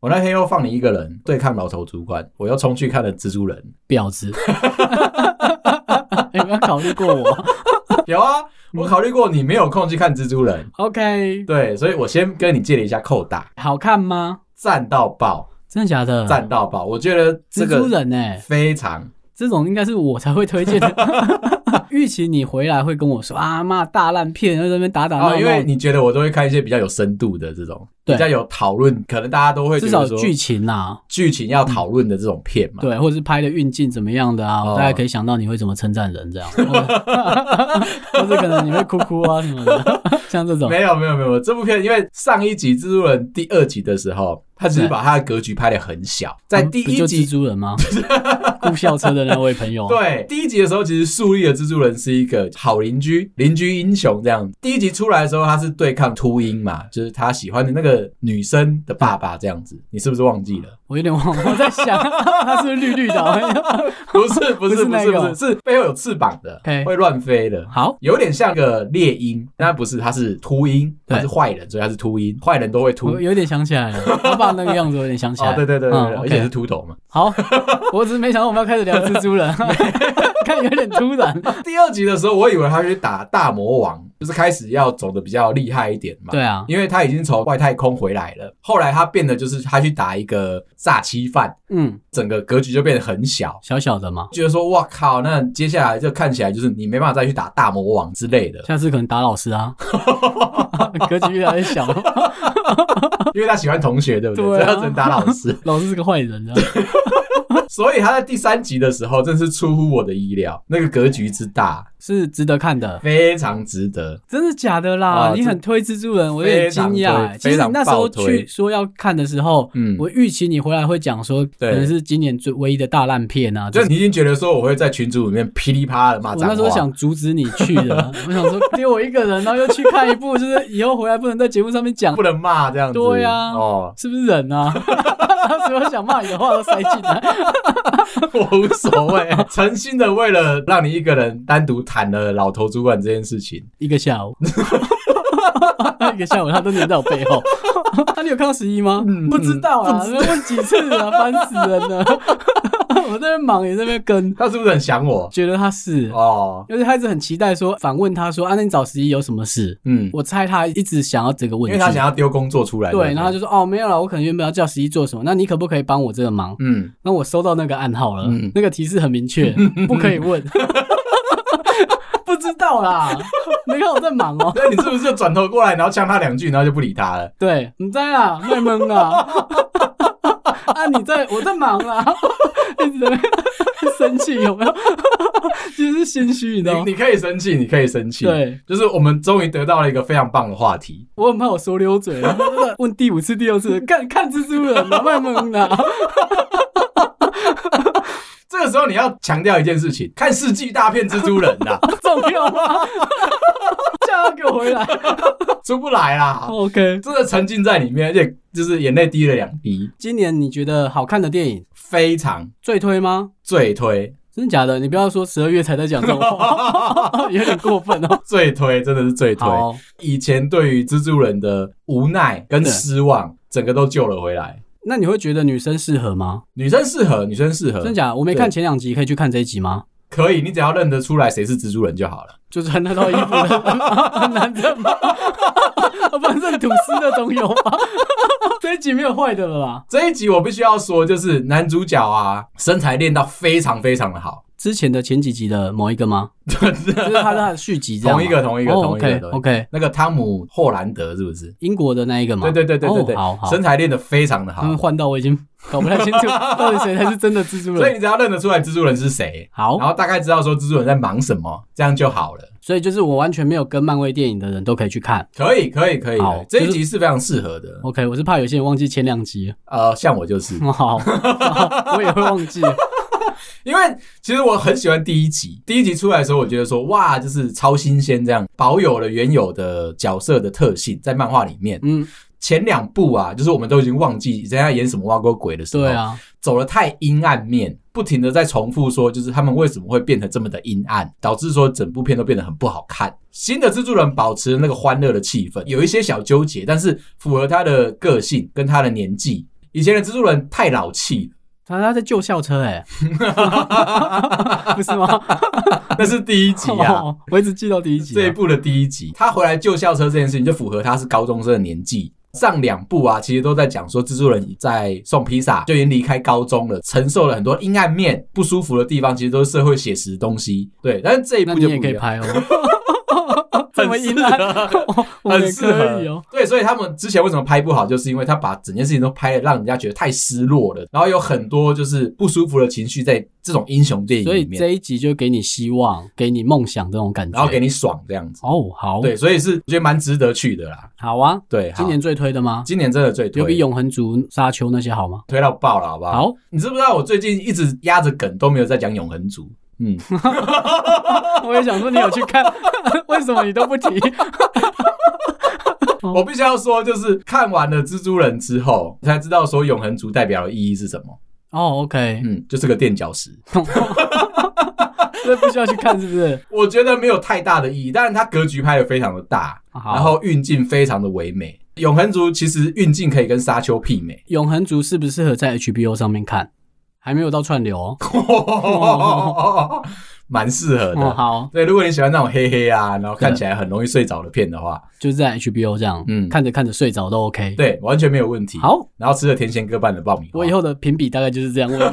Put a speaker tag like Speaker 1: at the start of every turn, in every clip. Speaker 1: 我那天又放你一个人对抗老头主管，我又冲去看了蜘蛛人。
Speaker 2: 婊子， 欸你没有考虑过我
Speaker 1: 有啊，
Speaker 2: 嗯
Speaker 1: 我考虑过你没有空去看蜘蛛人，
Speaker 2: ？OK，
Speaker 1: 对，所以我先跟你借了一下扣打，
Speaker 2: 好看吗？
Speaker 1: 赞到爆，
Speaker 2: 真的假的？
Speaker 1: 赞到爆！我觉得这
Speaker 2: 嗯蜘蛛
Speaker 1: 个
Speaker 2: 人哎、
Speaker 1: 非常
Speaker 2: 这种应该是我才会推荐的。 预期你回来会跟我说啊，骂大烂片，啊在那边打打闹
Speaker 1: 哦，
Speaker 2: 闹，
Speaker 1: 因为你觉得我都会看一些比较有深度的这种，
Speaker 2: 对
Speaker 1: 比较有讨论，可能大家都会
Speaker 2: 至
Speaker 1: 觉
Speaker 2: 少
Speaker 1: 得说
Speaker 2: 剧情啊，
Speaker 1: 剧情要讨论的这种片嘛。
Speaker 2: 对，或者是拍的运镜怎么样的啊，
Speaker 1: 哦
Speaker 2: 我大概可以想到你会怎么称赞 人这样，或者或者可能你会哭哭啊什么的，像这种。
Speaker 1: 没有没有没有，这部片因为上一集《蜘蛛人》第二集的时候，他只是
Speaker 2: 对嗯
Speaker 1: 把他的格局拍得很小，在第
Speaker 2: 不
Speaker 1: 一
Speaker 2: 就
Speaker 1: 集
Speaker 2: 蜘蛛 人吗？雇校车的那位朋友，啊
Speaker 1: 对，第一集的时候，其实树立了蜘蛛人是一个好邻居、邻居英雄这样。第一集出来的时候，他是对抗秃鹰嘛，就是他喜欢的那个女生的爸爸这样子。你是不是忘记 了？
Speaker 2: 我有点忘，我 在想他是不是绿绿的好像。
Speaker 1: 不是，不
Speaker 2: 不
Speaker 1: 是，
Speaker 2: 是
Speaker 1: 不
Speaker 2: 那
Speaker 1: 是，
Speaker 2: 个
Speaker 1: 不是，是背后有翅膀的
Speaker 2: OK
Speaker 1: 会乱飞的。
Speaker 2: 好，
Speaker 1: 有点像个猎鹰，但它不是，它是秃鹰，它
Speaker 2: 对
Speaker 1: 是坏人，所以它是秃鹰，坏人都会秃。
Speaker 2: 我有点想起来了，我把那个样子有点想起来
Speaker 1: 哦，
Speaker 2: 了。
Speaker 1: 对对对对对，
Speaker 2: 嗯
Speaker 1: 而且是
Speaker 2: OK
Speaker 1: 秃头嘛。
Speaker 2: 好，我只是没想到我们要开始聊蜘蛛人， 看有点突然。
Speaker 1: 第二集的时候，我以为他去打大魔王，就是开始要走的比较厉害一点嘛。
Speaker 2: 对啊，
Speaker 1: 因为他已经从外太空回来了。后来他变得就是他去打一个诈欺犯，
Speaker 2: 嗯，
Speaker 1: 整个格局就变得很小，
Speaker 2: 小小的嘛，，
Speaker 1: 觉得说哇靠，那接下来就看起来就是你没办法再去打大魔王之类的
Speaker 2: 下次可能打老师 啊，格局越来越小。
Speaker 1: 因为他喜欢同学，对不对？
Speaker 2: 对
Speaker 1: 所
Speaker 2: 啊
Speaker 1: 以他只能打老师。
Speaker 2: 老师是个坏人，啊这样
Speaker 1: 所以他在第三集的时候，真是出乎我的意料，那个格局之大，
Speaker 2: 是值得看的。
Speaker 1: 非常值得。
Speaker 2: 真的假的
Speaker 1: 啊
Speaker 2: 啦？你很推蜘蛛人，我有点惊讶欸。
Speaker 1: 非常推
Speaker 2: 其实你那时候
Speaker 1: 非常爆推
Speaker 2: 去说要看的时候，
Speaker 1: 嗯，
Speaker 2: 我预期你回来会讲说，
Speaker 1: 对
Speaker 2: 可能是今年最唯一的大烂片啊。
Speaker 1: 就
Speaker 2: 就是
Speaker 1: 你已经觉得说我会在群组里面噼里啪啦的骂
Speaker 2: 我
Speaker 1: 脏话，
Speaker 2: 那时候想阻止你 去的，我想说丢我一个人，然后又去看一部，就是以后回来不能在节目上面讲
Speaker 1: 不能骂这样子。
Speaker 2: 对啊
Speaker 1: 哦，
Speaker 2: 是不是人啊？ 所以我想骂你的话都塞进来。
Speaker 1: 我 无所谓， 诚心的为了让你一个人单独谈了老头主管这件事情，
Speaker 2: 一个下午，一个下午他都黏在我背后。那、你有看到十一吗？
Speaker 1: 嗯
Speaker 2: 不知道啊，问几次啊，烦死人了。 我在那边忙，也在那边跟，
Speaker 1: 他是不是很想我？
Speaker 2: 觉得他 是，
Speaker 1: 哦，
Speaker 2: 而且他一直很期待说，反问他说：“啊，那你找十一有什么事？”
Speaker 1: 嗯，
Speaker 2: 我猜他一直想要这个问
Speaker 1: 因
Speaker 2: 句，
Speaker 1: 为他想要丢工作出来，
Speaker 2: 对，
Speaker 1: 不
Speaker 2: 然后就说：“哦，没有了，我可能原本要叫十一做什么，那你可不可以帮我这个忙？”
Speaker 1: 嗯，
Speaker 2: 那我收到那个暗号了，
Speaker 1: 嗯
Speaker 2: 那个提示很明确，不可以问。 不知道啦，没看我在忙哦、
Speaker 1: 那你是不是就转头过来，然后呛他两句，然后就不理他了？
Speaker 2: 对，你在啊，卖萌啊， 啊，你在我在忙啊， 一直在那边生气有没 有？其实是心虚，你知道吗
Speaker 1: 你？你可以生气，你可以生气，，
Speaker 2: 对，
Speaker 1: 就是我们终于得到了一个非常棒的话题。
Speaker 2: 我很怕我说溜嘴 了。问第五次、第六次，看看蜘蛛人啊，卖萌啊，
Speaker 1: 这个时候你要强调一件事情，看世纪大片蜘蛛人啊 呐、
Speaker 2: 重要吗？啊 叫他给我回来。
Speaker 1: 出不来啦，
Speaker 2: OK，
Speaker 1: 真的沉浸在里面，而且就是眼泪滴了两滴，
Speaker 2: 今年你觉得好看的电影
Speaker 1: 非常
Speaker 2: 最推吗？
Speaker 1: 最推，
Speaker 2: 真的假的？你不要说十二月才在讲这种 话，有点过分哦。
Speaker 1: 最推，真的是最推。
Speaker 2: 好，
Speaker 1: 以前对于蜘蛛人的无奈跟失望，整个都救了回来。
Speaker 2: 那你会觉得女生适合吗？
Speaker 1: 女生适合，女生适合，
Speaker 2: 真假？我没
Speaker 1: 呃对
Speaker 2: 看前两集，可以去看这一集吗？
Speaker 1: 可以，你只要认得出来谁是蜘蛛人就好了。
Speaker 2: 就穿那套衣服的 很难认吗？反正吐司的总有 吧。这一集没有坏的了啦。
Speaker 1: 这一集我必须要说，就是男主角啊，身材练到非常非常的好，
Speaker 2: 之前的前几集的某一个 吗？就是他的他的续集这样吗。哦
Speaker 1: 同一个同一个同一个
Speaker 2: OK
Speaker 1: 同一个
Speaker 2: OK，
Speaker 1: 那个汤姆·霍兰德是不是？
Speaker 2: 英国的那一个吗？
Speaker 1: 对对对对对对，
Speaker 2: 哦好嗯好。
Speaker 1: 身材练得非常的好
Speaker 2: 他，们换到我已经搞不太清 楚，到底谁才是真的蜘蛛
Speaker 1: 所以
Speaker 2: 人。
Speaker 1: 你只要认得出来蜘蛛人是谁，
Speaker 2: 好
Speaker 1: 然，后大概知道说蜘蛛人在忙什么，这样就好了。
Speaker 2: 所以就是我完全没有跟漫威电影的人都可以去看。
Speaker 1: 可以，可以，可以
Speaker 2: 好哦
Speaker 1: 的，这一集是非常适合的。
Speaker 2: OK，我是怕有些人忘记前两集。
Speaker 1: 呃，像我就是，
Speaker 2: 哦好，我也会忘记。
Speaker 1: 因为其实我很喜欢第一集，第一集出来的时候，我觉得说哇，就是超新鲜，这样保有了原有的角色的特性，在漫画里面。
Speaker 2: 嗯，
Speaker 1: 前两部啊，就是我们都已经忘记人家演什么挖沟鬼的时候，
Speaker 2: 对，啊，
Speaker 1: 走了太阴暗面，不停的在重复说，就是他们为什么会变得这么的阴暗，导致说整部片都变得很不好看。新的蜘蛛人保持那个欢乐的气氛，有一些小纠结，但是符合他的个性跟他的年纪。以前的蜘蛛人太老气
Speaker 2: 他他在救校车哎、
Speaker 1: 了，
Speaker 2: 不是吗？
Speaker 1: 那是第一集 啊。
Speaker 2: 哦我一直记到第一集、
Speaker 1: 这一部的第一集，他回来救校车这件事情就符合他是高中生的年纪。上两部啊，其实都在讲说蜘蛛人在送披萨就已经离开高中了，承受了很多阴暗面、不舒服的地方，其实都是社会写实的东西。对，但是这一
Speaker 2: 那
Speaker 1: 部
Speaker 2: 你
Speaker 1: 就
Speaker 2: 也
Speaker 1: 不
Speaker 2: 可
Speaker 1: 一
Speaker 2: 以
Speaker 1: 样。
Speaker 2: 拍哦。 这么
Speaker 1: 很适
Speaker 2: 阴暗，
Speaker 1: 合
Speaker 2: 我我
Speaker 1: 很
Speaker 2: 也
Speaker 1: 适合
Speaker 2: 可以哦。。
Speaker 1: 对，所以他们之前为什么拍不好，就是因为他把整件事情都拍的让人家觉得太失落了，然后有很多就是不舒服的情绪在这种英雄电影
Speaker 2: 所以
Speaker 1: 里面，
Speaker 2: 这一集就给你希望，给你梦想这种感觉。
Speaker 1: 然后给你爽这样子。
Speaker 2: 哦，好，
Speaker 1: 对，所以是我觉得蛮值得去的啦。
Speaker 2: 好啊。
Speaker 1: 对，好
Speaker 2: 今年最推的吗？
Speaker 1: 今年真的最
Speaker 2: 有
Speaker 1: 推，
Speaker 2: 比《永恒族》《沙丘》那些好吗？
Speaker 1: 推到爆了，好不好？
Speaker 2: 好，
Speaker 1: 你知不知道我最近一直压着梗都没有在讲永恒族？ 嗯，
Speaker 2: 我也想说你有去看， 为什么你都不提？ 哦
Speaker 1: 我必须要说，就是看完了蜘蛛人之后，才知道说永恒族代表的意义是什么。
Speaker 2: 哦，OK，
Speaker 1: 嗯，就是个垫脚石。
Speaker 2: 这不需要去看是不是？
Speaker 1: 我觉得没有太大的意义，当然它格局拍的非常的大，
Speaker 2: 好
Speaker 1: 然后运镜非常的唯美。永恒族其实运镜可以跟沙丘媲美，
Speaker 2: 永恒族》适不适合在 HBO 上面看？还没有到串流哦。
Speaker 1: 蛮适合
Speaker 2: 哦，
Speaker 1: 的。
Speaker 2: 好，
Speaker 1: 对，如果你喜欢那种黑黑啊，然后看起来很容易睡着的片的话，
Speaker 2: 就是在 HBO 这样，
Speaker 1: 嗯
Speaker 2: 看着看着睡着都 OK。，
Speaker 1: 对，完全没有问题。，
Speaker 2: 好，
Speaker 1: 然后吃了甜咸各半的爆米花
Speaker 2: 我以。后的评比大概就是这样。我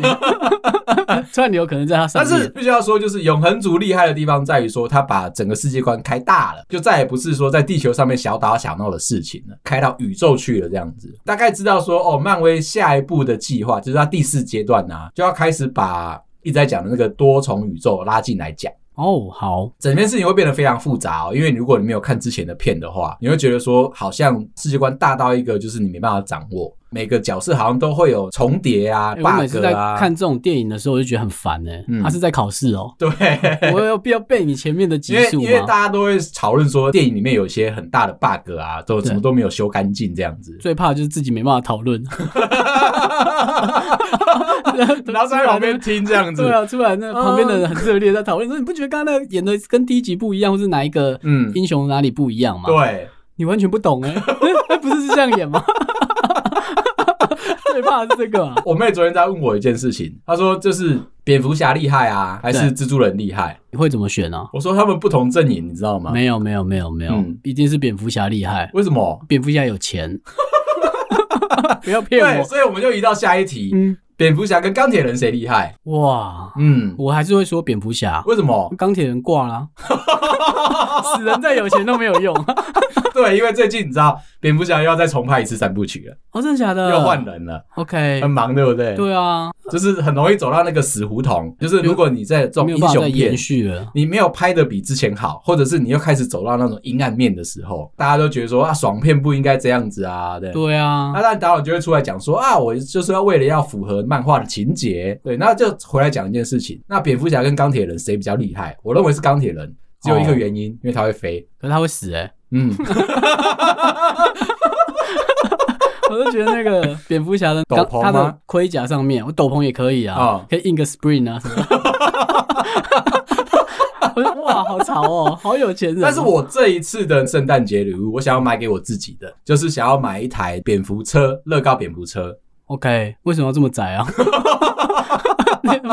Speaker 2: 串流可能在它上
Speaker 1: 但
Speaker 2: 面，
Speaker 1: 是必须要说，就是永恒族厉害的地方在于说，他把整个世界观开大了，就再也不是说在地球上面小打小闹的事情了，开到宇宙去了这样子。大概知道说，哦，漫威下一步的计划就是他第四阶段啊，就要开始把一直在讲的那个多重宇宙拉进来讲。
Speaker 2: 哦，好，
Speaker 1: 整件事情会变得非常复杂哦，因为如果你没有看之前的片的话，你会觉得说好像世界观大到一个就是你没办法掌握，每个角色好像都会有重叠啊、
Speaker 2: 欸我每次
Speaker 1: bug
Speaker 2: 在
Speaker 1: 啊，
Speaker 2: 看这种电影的时候，我就觉得很烦哎、
Speaker 1: 嗯
Speaker 2: 他、是在考试 哦、
Speaker 1: 对，
Speaker 2: 我有必要背你前面的集
Speaker 1: 因为
Speaker 2: 数
Speaker 1: 因为
Speaker 2: 吗？，
Speaker 1: 大家都会讨论说电影里面有一些很大的 bug 啊，都什么都没有修干净这样子
Speaker 2: 最怕就是自己没办法讨论，
Speaker 1: 然后在旁边听这样子嗯
Speaker 2: 对，啊，突然那旁边的人很热烈地在讨论说，你不觉得刚才那个演的跟第一集不一样，或是哪一个
Speaker 1: 嗯，
Speaker 2: 英雄哪里不一样吗？
Speaker 1: 对，啊
Speaker 2: 你完全不 懂哎、欸，不是是这样演吗？最怕的是这个、啊，
Speaker 1: 我妹昨天在问我一件事情，她说就是蝙蝠侠厉害啊，还是蜘蛛人厉害？
Speaker 2: 你会怎么选啊呢、
Speaker 1: 我说他们不同阵营，你知道吗？
Speaker 2: 没有没有没有没有，
Speaker 1: 嗯
Speaker 2: 一定是蝙蝠侠厉害，
Speaker 1: 为什么？
Speaker 2: 蝙蝠侠有 钱，不要骗
Speaker 1: 对，
Speaker 2: 我。
Speaker 1: 所以我们就移到下一题。
Speaker 2: 嗯，
Speaker 1: 蝙蝠侠跟钢铁人谁厉害？
Speaker 2: 哇，
Speaker 1: 嗯，
Speaker 2: 我还是会说蝙蝠侠，？
Speaker 1: 为什么
Speaker 2: 钢铁人 挂啦、死人再有钱都没有用。
Speaker 1: 对，因为最近你知道蝙蝠侠又要再重拍一次三部曲了，
Speaker 2: 哦，真的假的？
Speaker 1: 又换人了，嗯
Speaker 2: OK，
Speaker 1: 很忙，对不对？，
Speaker 2: 对啊，
Speaker 1: 就是很容易走到那个死胡同。就是如果你在这种
Speaker 2: 没有
Speaker 1: 英
Speaker 2: 办法再
Speaker 1: 雄片
Speaker 2: 延，续了。
Speaker 1: 你没有拍的比之前好，或者是你又开始走到那种阴暗面的时候，大家都觉得说啊，爽片不应该这样子啊，对。
Speaker 2: 对啊
Speaker 1: 那，当然，导演就会出来讲说啊，我就是要为了要符合漫画的情节，对，那就回来讲一件事情。那蝙蝠侠跟钢铁人谁比较厉害？我认为是钢铁人，只有一个原因，因为他会飞。
Speaker 2: 可是他会死 哎、欸，
Speaker 1: 嗯，
Speaker 2: 我都觉得那个 蝙蝠侠的
Speaker 1: 斗篷吗
Speaker 2: 他的盔甲上面，我斗篷也可以啊，
Speaker 1: 哦
Speaker 2: 可以印个 spring 啊什么 的。我说哇，好潮哦，好有钱人。
Speaker 1: 但是我这一次的圣诞节礼物，我想要买给我自己的，就是想要买一台蝙蝠车，乐高蝙蝠车。
Speaker 2: OK，为什么要这么窄啊？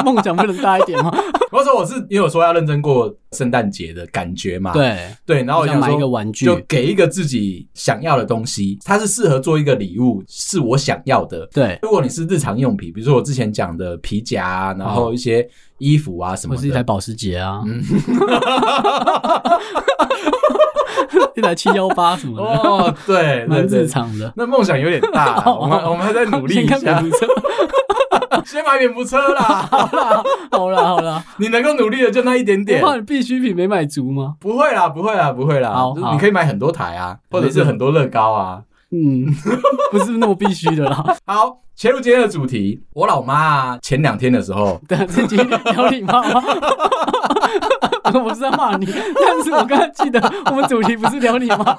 Speaker 2: 梦想不能大一点 吗？
Speaker 1: 我说我是因为我说要认真过圣诞节的感觉嘛，
Speaker 2: 对，
Speaker 1: 对，然后我
Speaker 2: 想
Speaker 1: 想
Speaker 2: 买一个
Speaker 1: 说。
Speaker 2: 玩具，
Speaker 1: 就给一个自己想要的东西，它是适合做一个礼物，是我想要的，
Speaker 2: 对，
Speaker 1: 如果你是日常用品，比如说我之前讲的皮夹、啊，然后一些衣服啊什
Speaker 2: 或
Speaker 1: 么
Speaker 2: 是一台
Speaker 1: 的，嗯
Speaker 2: 保时捷啊， 一台七幺八什么 的，
Speaker 1: 哦，对
Speaker 2: 蛮
Speaker 1: 对
Speaker 2: 日
Speaker 1: 对，
Speaker 2: 常的。
Speaker 1: 那梦想有点 大，
Speaker 2: 哦
Speaker 1: 我们我们还在努力一
Speaker 2: 先
Speaker 1: 下
Speaker 2: 看，蝙蝠车，
Speaker 1: 先买蝙蝠车 啦，
Speaker 2: 好啦 好啦，
Speaker 1: 你能够努力的就那一点点
Speaker 2: 我。怕你必需品没买足吗？
Speaker 1: 不会啦，不会啦，不会啦
Speaker 2: 好，
Speaker 1: 就是
Speaker 2: 好
Speaker 1: 你可以买很多台啊，或
Speaker 2: 没
Speaker 1: 者
Speaker 2: 事
Speaker 1: 是很多乐高啊。
Speaker 2: 嗯， 不是那么必须的啦。
Speaker 1: 好，切入今天的主题，我老妈啊，前两天的时候，
Speaker 2: 对，自己有礼貌吗？ 我不是在骂你，但是我刚才记得我们主题不是聊你吗？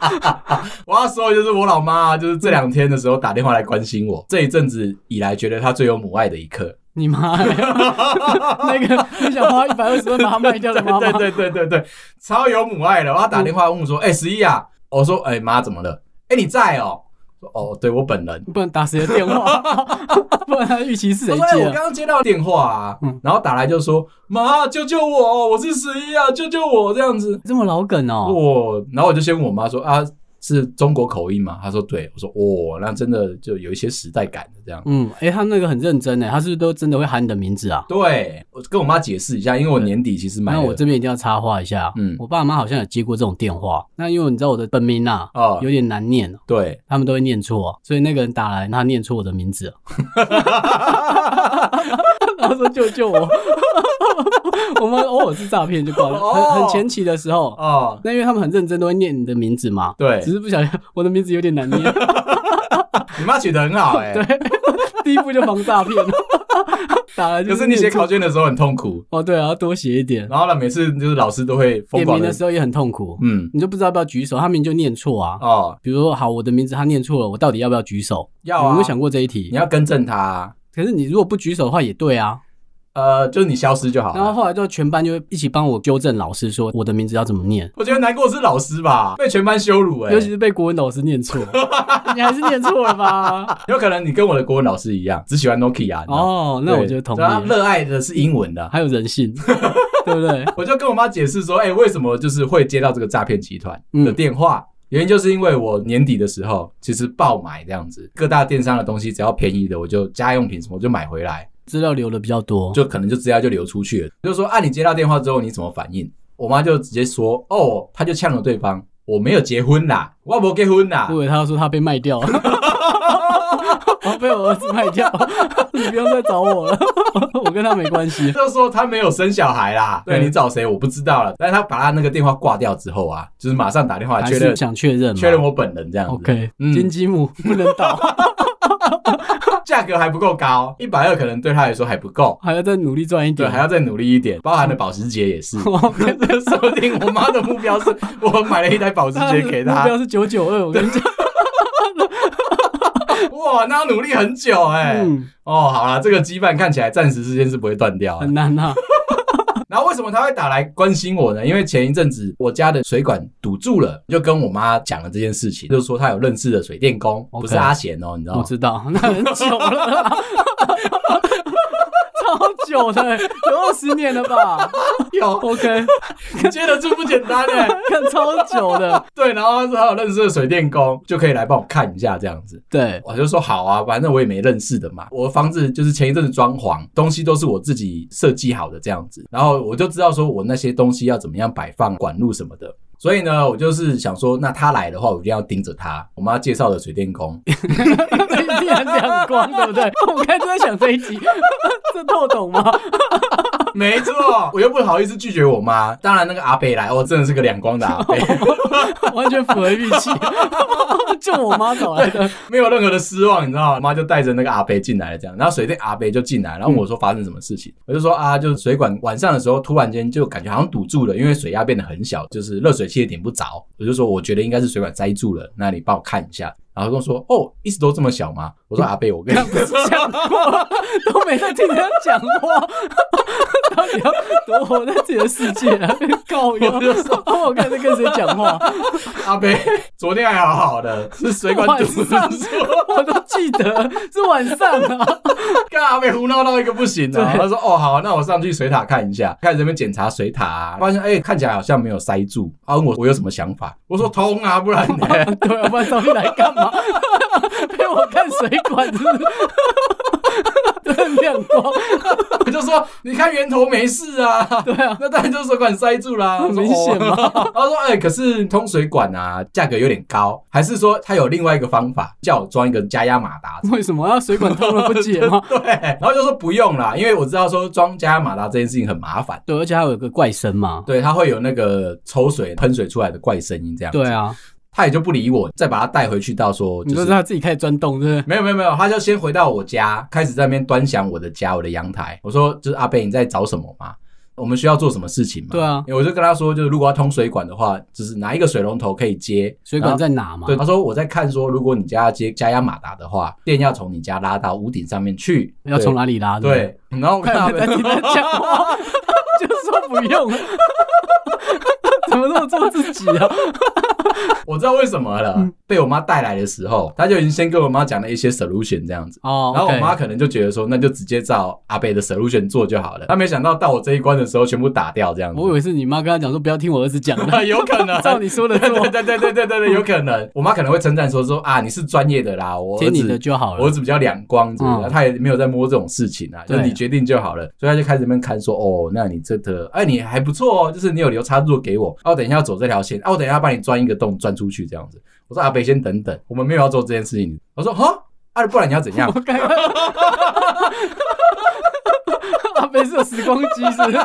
Speaker 1: 我要说的就是我老妈啊，就是这两天的时候打电话来关心我，这一阵子以来觉得她最有母爱的一刻。
Speaker 2: 你妈欸、 那个你想花一百二十万把它卖掉的妈 妈，
Speaker 1: 对对对对对，嗯超有母爱的。然后他打电话问我说：“哎、十一啊，我说：“哎、妈，怎么了？哎、你在哦。”说哦，对我本人。
Speaker 2: 不能打谁的电话， 不然他预期是
Speaker 1: 我
Speaker 2: 谁
Speaker 1: 说哎
Speaker 2: 接
Speaker 1: 我
Speaker 2: 啊？
Speaker 1: 刚刚接到电话啊，
Speaker 2: 嗯
Speaker 1: 然后打来就说妈，救救我，我是十一啊，救救我这样子。
Speaker 2: 这么老梗哦、
Speaker 1: 哦，然后我就先问我妈说啊，是中国口音吗？她说对，我说哦，那真的就有一些时代感的这样。
Speaker 2: 嗯，哎、他那个很认真哎，他是不是都真的会喊你的名字啊？
Speaker 1: 对，我跟我妈解释一下，因为我年底其实买
Speaker 2: 那
Speaker 1: 了
Speaker 2: 我这边一定要插话一下，
Speaker 1: 嗯
Speaker 2: 嗯，我爸妈好像有接过这种电话，那因为你知道我的本名啊，
Speaker 1: 哦
Speaker 2: 有点难念，
Speaker 1: 对，
Speaker 2: 他们都会念错，哦所以那个人打来，他念错我的名 字了，然后说救救我， 我们偶尔是诈骗就挂了，
Speaker 1: 哦
Speaker 2: 很很前期的时候，
Speaker 1: 哦，
Speaker 2: 那因为他们很认真都会念你的名字嘛，
Speaker 1: 对
Speaker 2: 只，是不小心我的名字有点难念，
Speaker 1: 你妈取得很好 哎、
Speaker 2: 第一步就防诈骗， 打来就
Speaker 1: 可
Speaker 2: 是
Speaker 1: 是你写
Speaker 2: 念错
Speaker 1: 考卷的时候很痛苦，
Speaker 2: 哦，对啊，要多写一点，
Speaker 1: 然后呢，每次就是老师都会疯
Speaker 2: 点
Speaker 1: 狂
Speaker 2: 名
Speaker 1: 的
Speaker 2: 的，时候也很痛苦，
Speaker 1: 嗯，
Speaker 2: 你就不知道要不要举手，他明明就念错啊，
Speaker 1: 哦，
Speaker 2: 比如说，好，我的名字他念错了，我到底要不要举手？
Speaker 1: 要
Speaker 2: 你有
Speaker 1: 啊
Speaker 2: 没有，想过这一题
Speaker 1: 你？要更正他、啊，
Speaker 2: 可是你如果不举手的话，也对啊。
Speaker 1: 呃，就是你消失就好
Speaker 2: 然后
Speaker 1: 了。
Speaker 2: 后来就全班就一起帮我纠正老师，说我的名字要怎么念，
Speaker 1: 我觉得难过的是老师吧，被全班羞辱哎、
Speaker 2: 尤其是被国文老 师念错，你还是念错了吧？
Speaker 1: 有可能你跟我的国文老师一样，只喜欢 Nokia 你知道吗。
Speaker 2: 哦，那我就同意
Speaker 1: 对他啊
Speaker 2: 了，
Speaker 1: 热爱的是英文的。
Speaker 2: 还有 人性，对不对？
Speaker 1: 我就跟我妈解释说，哎、为什么就是会接到这个诈骗集团
Speaker 2: 嗯
Speaker 1: 的电话？原因就是因为我年底的时候其实爆买这样子，各大电商的东西只要便宜的，我就家用品什么我就买回来，
Speaker 2: 资料留的比较多，
Speaker 1: 就可能就直接就流出去了。就说啊，你接到电话之后你怎么反应？我妈就直接说，哦，她就呛了对方，我没有结婚啦，我没结婚啦
Speaker 2: 我以。为他要说他被卖 掉了，哦，被我儿子卖掉 了，你不用再找我了， 我跟他没关系。
Speaker 1: 就说她没有生小孩啦，对
Speaker 2: 对
Speaker 1: 你找谁我不知道了。但是她把她那个电话挂掉之后啊，就是马上打电话来
Speaker 2: 还
Speaker 1: 确
Speaker 2: 是
Speaker 1: 认
Speaker 2: 想确认嘛
Speaker 1: 确认我本人这样子。
Speaker 2: ？OK，
Speaker 1: 嗯
Speaker 2: 金鸡母不能倒。
Speaker 1: 价格还不够高，一百二可能对他来说还不够，
Speaker 2: 还要再努力赚一
Speaker 1: 对，
Speaker 2: 点，
Speaker 1: 还要再努力一点。包含了保时捷也是，
Speaker 2: 我
Speaker 1: 说不定我妈的目标是我买了一台保时捷给
Speaker 2: 目标
Speaker 1: 她，
Speaker 2: 是九九二，我跟你讲，
Speaker 1: 哇，那要努力很久哎、
Speaker 2: 嗯，
Speaker 1: 哦，好啦，这个羁绊看起来暂时之间是不会断掉啊
Speaker 2: 很。难啊。
Speaker 1: 然后为什么他会打来关心我呢？因为前一阵子我家的水管堵住了，就跟我妈讲了这件事情，就说她有认识的水电工，
Speaker 2: OK
Speaker 1: 不是阿贤哦，你知道
Speaker 2: 我
Speaker 1: 吗？
Speaker 2: 知道，那很久了 啦，超久的，有二十年了 吧
Speaker 1: 有，
Speaker 2: ？OK，
Speaker 1: 你接得住不简单哎、
Speaker 2: 看超久的，
Speaker 1: 对，然后他说他有认识的水电工，就可以来帮我看一下这样子。
Speaker 2: 对，
Speaker 1: 我就说好啊，反正我也没认识的嘛。我的房子就是前一阵子装潢，东西都是我自己设计好的这样子，然后我就知道说我那些东西要怎么样摆放、管路什么的。所以呢，我就是想说，那他来的话，我一定要盯着他。我妈介绍的水电工，
Speaker 2: 一定很亮光，对不对？我刚才就在想这一集， 这透懂吗？
Speaker 1: 没错，我又不好意思拒绝我妈。当然，那个阿北来，哦我真的是个两光的阿北，
Speaker 2: 完全符合预期， 就我妈找来的，
Speaker 1: 没有任何的失望，你知道吗？妈就带着那个阿北进来了，这样，然后水电阿北就进来，然后
Speaker 2: 嗯
Speaker 1: 问我说发生什么事情，我就说啊，就是水管晚上的时候突然间就感觉好像堵住了，因为水压变得很小，就是热水器也点不着，我就说我觉得应该是水管塞住了，那你帮我看一下。然后跟我说哦，一直都这么小吗？我 说阿北，我跟你
Speaker 2: 不是讲过，都没在听人家讲话， 到底要多活在自己的世界啊？靠腰，
Speaker 1: 我就说
Speaker 2: 我看在跟谁讲话，
Speaker 1: 阿北，昨天还好好的，是水管堵住，
Speaker 2: 晚上我都记得是晚上啊。
Speaker 1: 跟阿北胡闹到一个不行啊。
Speaker 2: 对
Speaker 1: 他说哦好，那我上去水塔看一下，开始这边检查水塔、啊，发现哎、看起来好像没有塞住啊。问我我有什么想法？我说通啊，不然呢？
Speaker 2: 对啊，不然找你来干嘛？ 陪我看水管是不是？ 真的很亮光，
Speaker 1: 我就说你看源头没事啊，对
Speaker 2: 啊，
Speaker 1: 那当然就是水管塞住啦，
Speaker 2: 很明显嘛
Speaker 1: 他说哦他说哎、可是通水管啊，价格有点高，还是说他有另外一个方法，叫我装一个加压马达？
Speaker 2: 为什么要水管通了不解吗？
Speaker 1: 对，然后就说不用啦，因为我知道说装加压马达这件事情很麻烦，
Speaker 2: 对，而且还有一个怪声嘛。
Speaker 1: 对，它会有那个抽水喷水出来的怪声音这样。
Speaker 2: 对，啊，
Speaker 1: 他也就不理我，再把他带回去到说
Speaker 2: 你
Speaker 1: 就
Speaker 2: 说是
Speaker 1: 是。
Speaker 2: 他自己开始钻洞，对不
Speaker 1: 没有没有没有，他就先回到我家，开始在那边端详我的家，我的阳台。我说就是阿贝，你在找什么吗？我们需要做什么事情吗？
Speaker 2: 对？对啊，
Speaker 1: 我就跟他说，就是如果要通水管的话，就是哪一个水龙头可以接
Speaker 2: 水管。在哪
Speaker 1: 然
Speaker 2: 嘛
Speaker 1: 后？对，他说我在看说，如果你家要接加压马达的话，电要从你家拉到屋顶上面去，
Speaker 2: 要从哪里拉？
Speaker 1: 对？对，然后我看
Speaker 2: 快
Speaker 1: 他
Speaker 2: 点在
Speaker 1: 们，
Speaker 2: 听他讲 话， 就说不用了，怎么那么做自己啊？
Speaker 1: 我知道为什么了。
Speaker 2: 嗯
Speaker 1: 被我妈带来的时候，她就已经先跟我妈讲了一些 solution 这样子。
Speaker 2: 哦，
Speaker 1: 然后我
Speaker 2: OK
Speaker 1: 妈可能就觉得说，那就直接照阿贝的 solution 做就好了。她没想到到我这一关的时候，全部打掉这样子。 啊
Speaker 2: 我以为是你妈跟他讲说不要听我儿子讲的，
Speaker 1: 有可能
Speaker 2: 照你 说的做
Speaker 1: 对，对对对对对对，有可能。我妈可能会称赞说说啊，你是专业的啦，我儿
Speaker 2: 听你的
Speaker 1: 子。
Speaker 2: 就好
Speaker 1: 我儿
Speaker 2: 了。
Speaker 1: 子比较两光之类的，
Speaker 2: 嗯
Speaker 1: 他也没有在摸这种事情啊，就是
Speaker 2: 对
Speaker 1: 你决定就好了。所以他就开始在那边看说，哦，那你这个，哎，你还不错哦，就是你有留插座给我，啊，我等一下要走这条线，啊，我等一下要帮你钻一个洞钻出去这样子。我说阿北先等等，我们没有要做这件事情。我说哈，啊，不然你要怎样？
Speaker 2: 我 刚刚阿飞是有时光机是不是，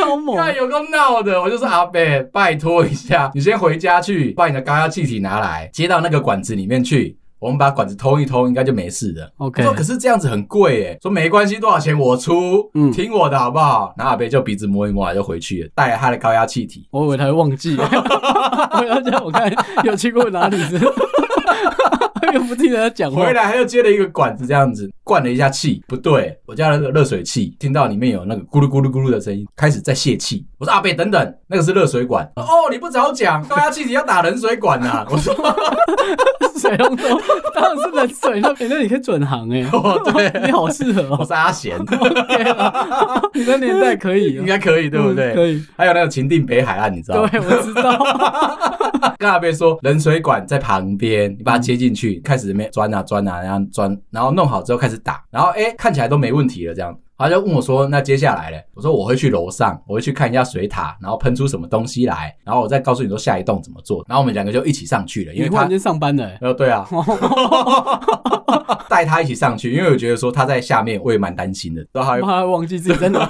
Speaker 2: 超 猛！
Speaker 1: 那有个闹的，我就说阿贝，拜托一下，你先回家去把你的高压气体拿来，接到那个管子里面去，我们把管子通一通，应该就没事的。
Speaker 2: OK
Speaker 1: 我说可是这样子很贵耶，说没关系，多少钱我出，
Speaker 2: 嗯
Speaker 1: 听我的好不好？然后阿贝就鼻子摸一摸就回去了，带了他的高压气体。
Speaker 2: 我以为他会 忘记，我要讲我看有去过哪里是， 又不听人家讲话
Speaker 1: 回。来他又接了一个管子，这样子灌了一下气，不对，我家的那个热水器听到里面有那个咕噜咕噜咕噜的声音，开始在泄气。我说阿贝等等，那个是热水管。哦，你不早讲，高压气体要打冷水管呐、我说
Speaker 2: 水龙头当然是冷水那边，那你可以转行 哎、
Speaker 1: 哦对
Speaker 2: 你好适合
Speaker 1: 我
Speaker 2: 哦、
Speaker 1: 是阿贤，
Speaker 2: OK 啊啦你那年代可 以、
Speaker 1: 应
Speaker 2: 啊，
Speaker 1: 该可以，对不对？
Speaker 2: 嗯可以，
Speaker 1: 还有那个秦定北海岸，你知
Speaker 2: 对，
Speaker 1: 道吗？
Speaker 2: 我知 道，
Speaker 1: 刚才被说冷水管在旁边，你把它接进去，开始没钻啊钻啊，然后钻，然后弄好之后开始打，然后哎、看起来都没问题了，这样。他就问我说：“那接下来呢？”我说：“我会去楼上，我会去看一下水塔，然后喷出什么东西来，然后我再告诉你说下一栋怎么做。”然后我们两个就一起上去了，因
Speaker 2: 你
Speaker 1: 为
Speaker 2: 忽
Speaker 1: 他
Speaker 2: 然间上班了、欸，
Speaker 1: 呃，对 啊，带他一起上去，因为我觉得说他在下面，我也蛮担心的，然后还
Speaker 2: 怕他忘记自己在 哪。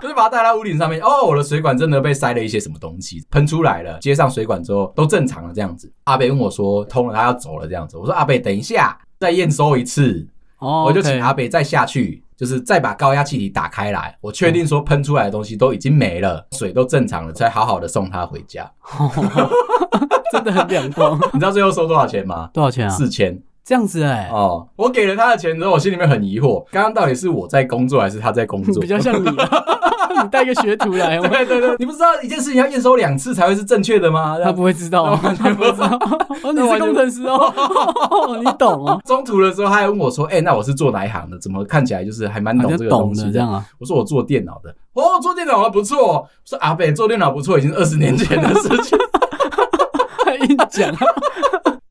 Speaker 1: 就是把它带到屋顶上面。哦，我的水管真的被塞了一些什么东西，喷出来了。接上水管之后都正常了，这样子。阿北问我说通了，他要走了这样子。我说阿北等一下，再验收一次。
Speaker 2: 哦，
Speaker 1: 我就请
Speaker 2: OK
Speaker 1: 阿北再下去，就是再把高压气体打开来。我确定说
Speaker 2: 嗯
Speaker 1: 喷出来的东西都已经没了，水都正常了，才好好的送他回家。
Speaker 2: 真的很两 光，
Speaker 1: 你知道最后收多少钱吗？
Speaker 2: 多少钱啊？
Speaker 1: 四千
Speaker 2: 这样子哎、
Speaker 1: 哦，我给了他的钱之后，我心里面很疑惑，刚刚到底是我在工作还是他在工作
Speaker 2: 比？较像你、啊，你带个学徒来，我
Speaker 1: 对对对，你不知道一件事情要验收两次才会是正确的吗？
Speaker 2: 他不会知道、
Speaker 1: 那
Speaker 2: 啊，
Speaker 1: 完
Speaker 2: 他
Speaker 1: 全
Speaker 2: 不会知道。 哦，你
Speaker 1: 那
Speaker 2: 是
Speaker 1: 完全
Speaker 2: 工程 师哦，哦你懂哦，
Speaker 1: 中途的时候，他还问我说：“哎、那我是做哪一行的？怎么看起来就是还蛮
Speaker 2: 好
Speaker 1: 懂
Speaker 2: 像
Speaker 1: 这个
Speaker 2: 懂
Speaker 1: 东西
Speaker 2: 的这
Speaker 1: 的
Speaker 2: 样啊。？”
Speaker 1: 我说：“我做电脑的。”哦，做电脑还不错。我说阿北做电脑不错，已经二十年前 的事情。
Speaker 2: 他硬讲，啊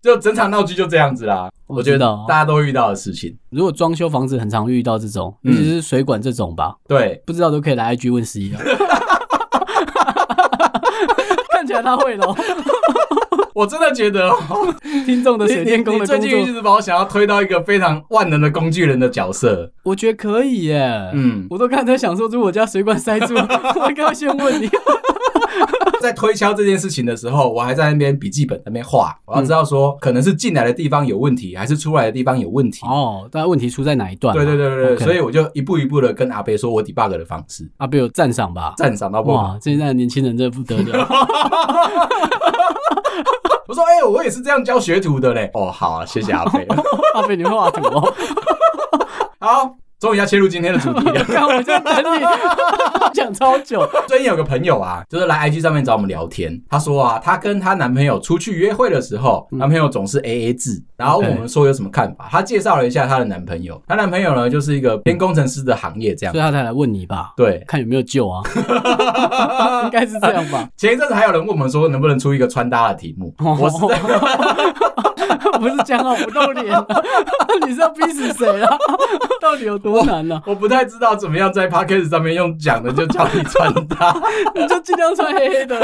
Speaker 1: 就整场闹剧就这样子啦。
Speaker 2: 我
Speaker 1: 我觉
Speaker 2: 知
Speaker 1: 得
Speaker 2: 道
Speaker 1: 大家都会遇到的事情。
Speaker 2: 如果装修房子很常遇到这种，
Speaker 1: 嗯
Speaker 2: 尤其是水管这种吧，
Speaker 1: 对，
Speaker 2: 不知道都可以来 IG 问十一了。啊 看起来他会咯，
Speaker 1: 我真的觉得 哦、
Speaker 2: 听众的
Speaker 1: 你
Speaker 2: 水电
Speaker 1: 你
Speaker 2: 工
Speaker 1: 你
Speaker 2: 的
Speaker 1: 最
Speaker 2: 工
Speaker 1: 近一
Speaker 2: 作，
Speaker 1: 直把我想要推到一个非常万能的工具人的角色。
Speaker 2: 我觉得可以耶。
Speaker 1: 嗯，
Speaker 2: 我都刚才想说，如果我家水管塞住， 我应该要先问你。
Speaker 1: 在推敲这件事情的时候，我还在那边笔记本那边画，我要知道说可能是进来的地方有问题，还是出来的地方有问题。
Speaker 2: 哦，大家问题出在哪一段嘛？啊
Speaker 1: 对对对对对
Speaker 2: OK
Speaker 1: 所以我就一步一步的跟阿贝说我 debug 的方式，
Speaker 2: 阿贝有赞赏吧？
Speaker 1: 赞赏到不好。
Speaker 2: 哇，现在的年轻人真的不得 了，
Speaker 1: 我说，哎、我也是这样教学徒的嘞。 哦，好、啊，谢谢阿贝。
Speaker 2: 阿贝你画图哦，
Speaker 1: 好，终于要切入今天的主题 了。
Speaker 2: 看我就等你 讲超久。
Speaker 1: 最近有个朋友啊，就是来 IG 上面找我们聊天，她说啊，她跟她男朋友出去约会的时候，男朋友总是 AA 制，然后问我们说有什么看法。她介绍了一下她的男朋友，她男朋友呢就是一个偏工程师的行业这样
Speaker 2: 所以。他才来问你吧，
Speaker 1: 对，
Speaker 2: 看有没有救 啊？应该是这样吧？
Speaker 1: 前一阵子还有人问我们说能不能出一个穿搭的题 目，我实在
Speaker 2: 不是讲好不露脸啊， 你是要逼死谁啊？ 到底有多难啊呢、
Speaker 1: 我不太知道怎么样在 podcast 上面用讲的就教你穿 搭。
Speaker 2: 你就尽量穿黑黑的，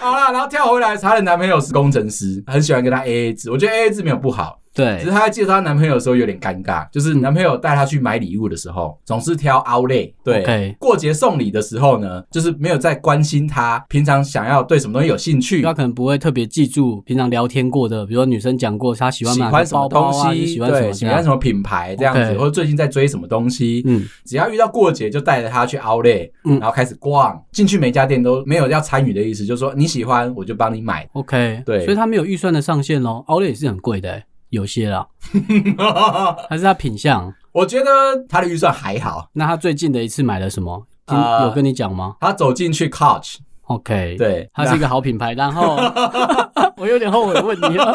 Speaker 1: 好啦，然后跳回来，她的男朋友是工程师，很喜欢跟她 AA 制。我觉得 AA 制没有不好，只是
Speaker 2: 对，
Speaker 1: 她在介绍她男朋友的时候有点尴尬，就是男朋友带她去买礼物的时候，总是挑 Outlet。对
Speaker 2: OK
Speaker 1: 过节送礼的时候呢，就是没有在关心她平常想要对什么东西有兴趣。
Speaker 2: 他可能不会特别记住平常聊天过的，比如说女生讲过她喜欢
Speaker 1: 喜
Speaker 2: 买
Speaker 1: 欢什么
Speaker 2: 包
Speaker 1: 东
Speaker 2: 包
Speaker 1: 西？
Speaker 2: 啊，你喜欢什
Speaker 1: 对，
Speaker 2: 么
Speaker 1: 喜
Speaker 2: 这
Speaker 1: 欢
Speaker 2: 样，
Speaker 1: 什么品牌这样子
Speaker 2: OK
Speaker 1: 或者最近在追什么东西？
Speaker 2: 嗯，
Speaker 1: 只要遇到过节，就带着她去 Outlet，、
Speaker 2: 嗯
Speaker 1: 然后开始逛。进去每家店都没有要参与的意思，就是说你喜欢我就帮你买。
Speaker 2: OK，
Speaker 1: 对
Speaker 2: 所以他没有预算的上限咯。奥莱也是很贵的、欸有些啦，还是他品相。
Speaker 1: 我觉得他的预算还好。
Speaker 2: 那他最近的一次买了什么？听
Speaker 1: 啊
Speaker 2: 有跟你讲吗？
Speaker 1: 他走进去 Coach，
Speaker 2: OK，，
Speaker 1: 对，
Speaker 2: 它是一个好品牌。然 后我有点后悔问你了。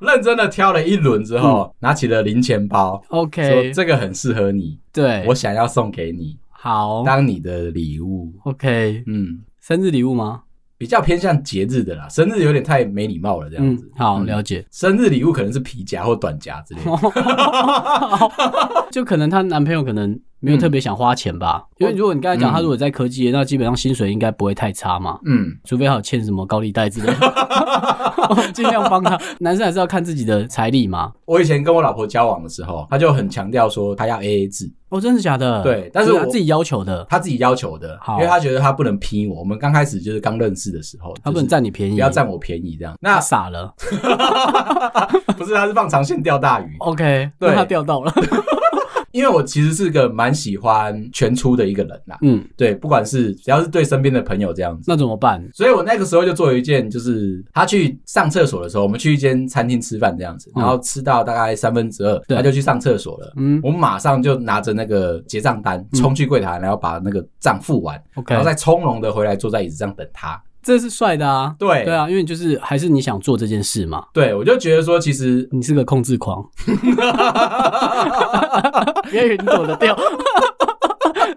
Speaker 1: 那认真的挑了一轮之后，拿起了零钱包，说
Speaker 2: OK，
Speaker 1: 这个很适合你，
Speaker 2: 对，
Speaker 1: 我想要送给你，
Speaker 2: 好
Speaker 1: 当你的礼物。
Speaker 2: OK，
Speaker 1: 嗯，
Speaker 2: 生日礼物吗？
Speaker 1: 比较偏向节日的啦，生日有点太没礼貌了，这样
Speaker 2: 嗯
Speaker 1: 子。，
Speaker 2: 好，
Speaker 1: 嗯
Speaker 2: 了解。
Speaker 1: 生日礼物可能是皮夹或短夹之类的。
Speaker 2: 就可能她男朋友可能没有特别想花钱吧，
Speaker 1: 嗯
Speaker 2: 因为如果你刚才讲他如果在科技业，那基本上薪水应该不会太差嘛。
Speaker 1: 嗯，
Speaker 2: 除非他有欠什么高利贷之类 的，我尽量帮他。男生还是要看自己的财力嘛。
Speaker 1: 我以前跟我老婆交往的时候，她就很强调说她要 A A 制，
Speaker 2: 哦，真的假的？
Speaker 1: 对但是
Speaker 2: 他
Speaker 1: 我
Speaker 2: 自己要求的，
Speaker 1: 她自己要求的，
Speaker 2: 好
Speaker 1: 因为她觉得她不能批我。我们刚开始就是刚认识的时候，
Speaker 2: 他不能
Speaker 1: 就是
Speaker 2: 占你便宜，
Speaker 1: 不要占我便宜这样。那
Speaker 2: 他傻了。
Speaker 1: 不是，她是放长线钓大鱼。
Speaker 2: OK，
Speaker 1: 对
Speaker 2: 那他 钓到了。
Speaker 1: 因为我其实是个蛮喜欢全出的一个人啦，
Speaker 2: 嗯，
Speaker 1: 对，不管是只要是对身边的朋友这样子。
Speaker 2: 那怎么办？
Speaker 1: 所以我那个时候就做了一件，就是他去上厕所的时候，我们去一间餐厅吃饭这样子，
Speaker 2: 嗯
Speaker 1: 然后吃到大概三分之二，
Speaker 2: 对
Speaker 1: 他就去上厕所了。
Speaker 2: 嗯
Speaker 1: 我马上就拿着那个结账单冲去柜台，然后把那个账付完，
Speaker 2: ，OK，
Speaker 1: 然后再从容的回来坐在椅子上等他。
Speaker 2: 这是帅的啊。
Speaker 1: 对
Speaker 2: 对啊，因为就是还是你想做这件事嘛。
Speaker 1: 对，我就觉得说，其实
Speaker 2: 你是个控 制狂，别以为你躲得掉，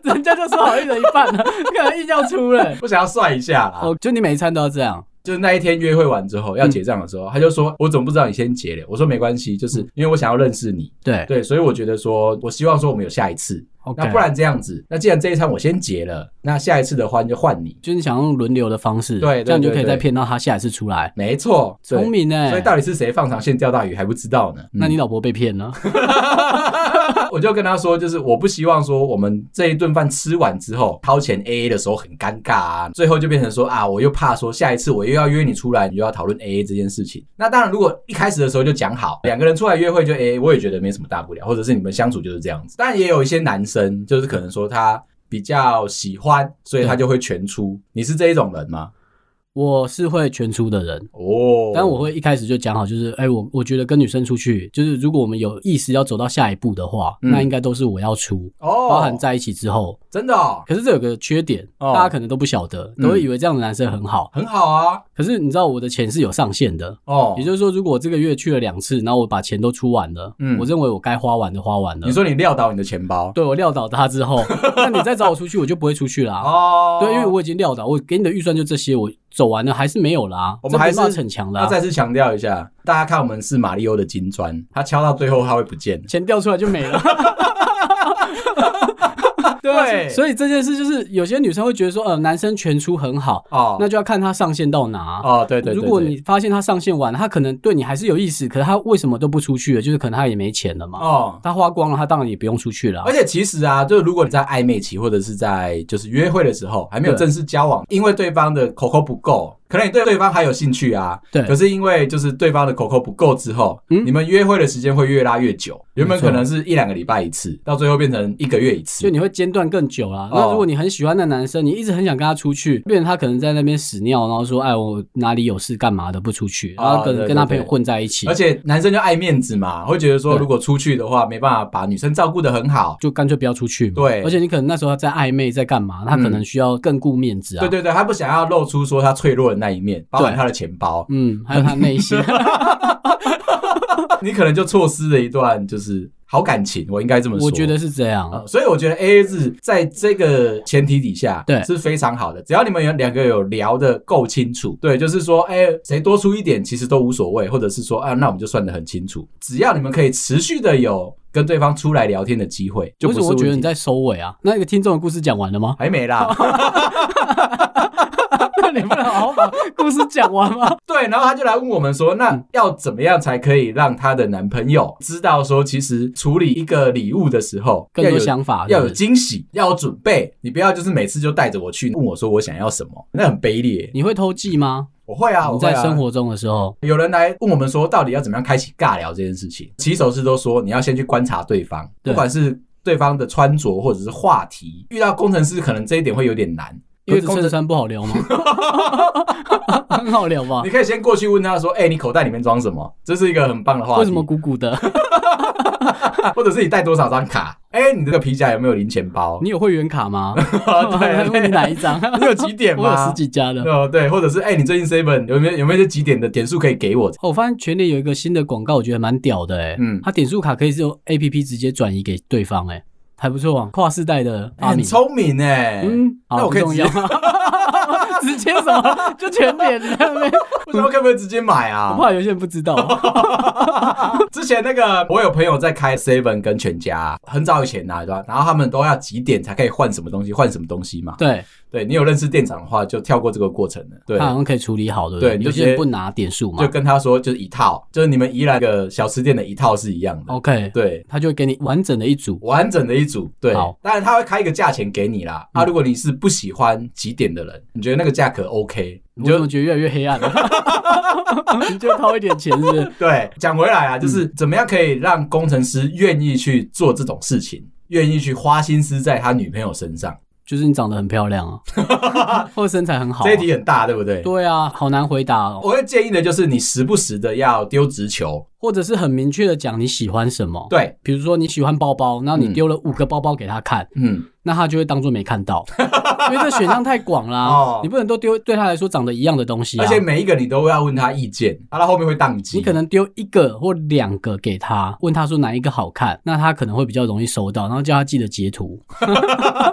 Speaker 2: 人家就说好一人一半了，可能硬要出了。
Speaker 1: 我想要帅一下啦。
Speaker 2: 哦，就你每一餐都要这样。
Speaker 1: 就是那一天约会完之后要结账的时候，他就说：“我怎么不知道你先结了？”我说：“没关系，就是因为我想要认识你。”
Speaker 2: 对
Speaker 1: 对，所以我觉得说，我希望说我们有下一次。
Speaker 2: ，OK，
Speaker 1: 那不然这样子，那既然这一餐我先结了，那下一次的话就换你。
Speaker 2: 就是你想用轮流的方式，
Speaker 1: 对对
Speaker 2: 这样你就
Speaker 1: 对
Speaker 2: 可以
Speaker 1: 对
Speaker 2: 再骗到他下一次出来。
Speaker 1: 没错，对
Speaker 2: 聪。明哎，
Speaker 1: 所以到底是谁放长线钓大鱼还不知道呢？
Speaker 2: 那你
Speaker 1: 嗯
Speaker 2: 老婆被骗了，
Speaker 1: 我就跟他说，就是我不希望说我们这一顿饭吃完之后掏钱 A A 的时候很尴尬啊，最后就变成说啊，我又怕说下一次我又要约你出来，你又要讨论 A A 这件事情。那当然，如果一开始的时候就讲好，两个人出来约会就 A A，我也觉得没什么大不了，或者是你们相处就是这样子。但也有一些男生，就是可能说他。比较喜欢，所以他就会全出。你是这一种人吗？
Speaker 2: 我是会全出的人。
Speaker 1: 哦，
Speaker 2: 但我会一开始就讲好，就是哎、我我觉得跟女生出去，就是如果我们有意识要走到下一步的话，
Speaker 1: 嗯
Speaker 2: 那应该都是我要出，
Speaker 1: 哦，
Speaker 2: 包含在一起之后。
Speaker 1: 真的、哦、
Speaker 2: 可是这有个缺点，
Speaker 1: 哦
Speaker 2: 大家可能都不晓得，
Speaker 1: 嗯
Speaker 2: 都会以为这样的男生很好。
Speaker 1: 很好啊，
Speaker 2: 可是你知道我的钱是有上限的，
Speaker 1: 哦，
Speaker 2: 也就是说，如果我这个月去了两次，然后我把钱都出完了，
Speaker 1: 嗯
Speaker 2: 我认为我该花完的花完了
Speaker 1: 你。说你撂倒你的钱包
Speaker 2: 对我撂倒他之 后，那你再找我出去，我就不会出去啦。
Speaker 1: 哦，
Speaker 2: 对，因为我已经撂倒，我给你的预算就这些，我走完了还是没有啦，
Speaker 1: 我们还是
Speaker 2: 这没办法逞强啦、
Speaker 1: 那再次强调一下，大家看我们是马里欧的金砖，他敲到最后他会不见。
Speaker 2: 钱掉出来就没了。 对啊，
Speaker 1: 对
Speaker 2: 所以这件事就是有些女生会觉得说，呃，男生全出很好，
Speaker 1: 哦，
Speaker 2: 那就要看他上限到哪。
Speaker 1: 哦，对对对对，
Speaker 2: 如果你发现他上限晚，他可能对你还是有意思，可是他为什么都不出去了？就是可能他也没钱了嘛，
Speaker 1: 哦。
Speaker 2: 他花光了，他当然也不用出去了
Speaker 1: 而。且其实啊，就如果你在暧昧期或者是在就是约会的时候还没有
Speaker 2: 对
Speaker 1: 正式交往，因为对方的口口不够，可能你对对方还有兴趣啊，
Speaker 2: 嗯对
Speaker 1: 可是因为就是对方的口口不够之后，
Speaker 2: 嗯
Speaker 1: 你们约会的时间会越拉越久，原本
Speaker 2: 没错
Speaker 1: 可能是一两个礼拜一次，到最后变成一个月一次，
Speaker 2: 嗯所以你会间断更久啦。
Speaker 1: 哦
Speaker 2: 那如果你很喜欢的男生，你一直很想跟他出去，变成他可能在那边屎尿，然后说：“哎，我哪里有事干嘛的不出去。”
Speaker 1: 哦
Speaker 2: 然后跟
Speaker 1: 对对
Speaker 2: 跟他
Speaker 1: 对
Speaker 2: 朋友混在一起
Speaker 1: 而，且男生就爱面子嘛，会觉得说
Speaker 2: 对
Speaker 1: 如果出去的话，没办法把女生照顾得很好。
Speaker 2: 就干脆不要出去嘛。
Speaker 1: 对
Speaker 2: 而且你可能那时候在暧昧，在干嘛？他可能需要更顾面子啊。
Speaker 1: 对对对，他不想要露出说他脆弱的那一面，包含
Speaker 2: 对
Speaker 1: 他的钱包，
Speaker 2: 嗯，还有他内心。
Speaker 1: 你可能就错失了一段就是好感情，我应该这么说。
Speaker 2: 我觉得是这样。
Speaker 1: 呃所以我觉得 A A 制在这个前提底下，
Speaker 2: 对
Speaker 1: 是非常好的。只要你们有两个有聊的够清楚，对，就是说，哎、谁多出一点其实都无所谓，或者是说，啊，那我们就算得很清楚。只要你们可以持续的有跟对方出来聊天的机会，就
Speaker 2: 为
Speaker 1: 不是
Speaker 2: 什么我
Speaker 1: 问
Speaker 2: 觉得
Speaker 1: 题？
Speaker 2: 你。在收尾啊？那个听众的故事讲完了吗
Speaker 1: 还没啦，
Speaker 2: 那你不能好好把故事讲完吗？
Speaker 1: 对，然后他就来问我们说，那要怎么样才可以让她的男朋友知道说，其实处理一个礼物的时候，
Speaker 2: 更
Speaker 1: 要
Speaker 2: 多
Speaker 1: 有
Speaker 2: 想法
Speaker 1: 要有
Speaker 2: 是不是
Speaker 1: 惊喜，要有准备，你不要就是每次就带着我去问我说我想要什么，那很卑劣。
Speaker 2: 你会偷记吗？
Speaker 1: 我会啊，我
Speaker 2: 你
Speaker 1: 会
Speaker 2: 在
Speaker 1: 啊。
Speaker 2: 生活中的时候，
Speaker 1: 有人来问我们说，到底要怎么样开启尬聊这件事情？起手式都说你要先去观察对方，
Speaker 2: 对
Speaker 1: 不管是对方的穿着或者是话题。遇到工程师可能这一点会有点难，因为
Speaker 2: 格子
Speaker 1: 工程
Speaker 2: 衬衫不 好聊吗？很好聊吧
Speaker 1: 你？可以先过去问他说：“哎、你口袋里面装什么？”这是一个很棒的话题。
Speaker 2: 为什么鼓鼓的？
Speaker 1: 或者是你带多少张卡？哎、哎、你这个皮夹有没有零钱包？
Speaker 2: 你有会员 卡吗？
Speaker 1: 啊对
Speaker 2: 问你哪一张？
Speaker 1: 你有几点
Speaker 2: 我
Speaker 1: 吗？
Speaker 2: 有十几家的。
Speaker 1: 哦，对，或者是哎、你最近 seven 有没有有没有这几点的点数可以给我？
Speaker 2: 哦，我发现全联有一个新的广告，我觉得蛮屌的哎、
Speaker 1: 嗯
Speaker 2: 它点数卡可以是用 A P P 直接转移给对方哎、还不错啊，跨世代的
Speaker 1: 哎
Speaker 2: 发
Speaker 1: 很
Speaker 2: 明。
Speaker 1: 聪明哎、
Speaker 2: 嗯，好
Speaker 1: 那我可以
Speaker 2: 不重要
Speaker 1: 直接，
Speaker 2: 直接什么就全脸在 那边，
Speaker 1: 不知道可不可以直接买
Speaker 2: 我
Speaker 1: 啊？
Speaker 2: 怕有些人不知道。
Speaker 1: 之前那个我有朋友在开 seven 跟全家，很早以前呐、对吧？然后他们都要几点才可以换什么东西，换什么东西嘛？
Speaker 2: 对，
Speaker 1: 对你有认识店长的话，就跳过这个过程了。对
Speaker 2: 他，好像可以处理好，对不
Speaker 1: 对你就
Speaker 2: 有
Speaker 1: 直接
Speaker 2: 些人不拿点数嘛
Speaker 1: 就跟他说就是一套，就是你们宜兰的小吃店的一套是一样的。
Speaker 2: ，OK，
Speaker 1: 对，
Speaker 2: 他就会给你完整的一组。
Speaker 1: 完整的一组，对
Speaker 2: 好，
Speaker 1: 当然他会开一个价钱给你啦。啊，如果你是不喜欢几点的人，你觉得那个价格 OK，你
Speaker 2: 我怎
Speaker 1: 就
Speaker 2: 么觉得越来越 黑暗了？你就掏一点钱是不是？
Speaker 1: 对。讲回来啊，就是怎么样可以让工程师愿意去做这种事情，愿意去花心思在他女朋友身上，
Speaker 2: 就是你长得很漂亮啊， 或者身材很好、啊
Speaker 1: 这一。题很大，对不对？
Speaker 2: 对啊，好难回答哦。
Speaker 1: 我会建议的就是你时不时的要丢直球，
Speaker 2: 或者是很明确的讲你喜欢什么。，
Speaker 1: 对，
Speaker 2: 比如说你喜欢包包，然后你丢了五个包包给他看，
Speaker 1: 嗯，
Speaker 2: 那他就会当做没 看到，因为这选项太广啦，
Speaker 1: 哦
Speaker 2: 你不能都丢对他来说长得一样的东西、啊。
Speaker 1: 而且每一个你都要问他意见，啊他到后面会宕机。
Speaker 2: 你可能丢一个或两个给他，问他说哪一个好看，那他可能会比较容易收到，然后叫他记得截图，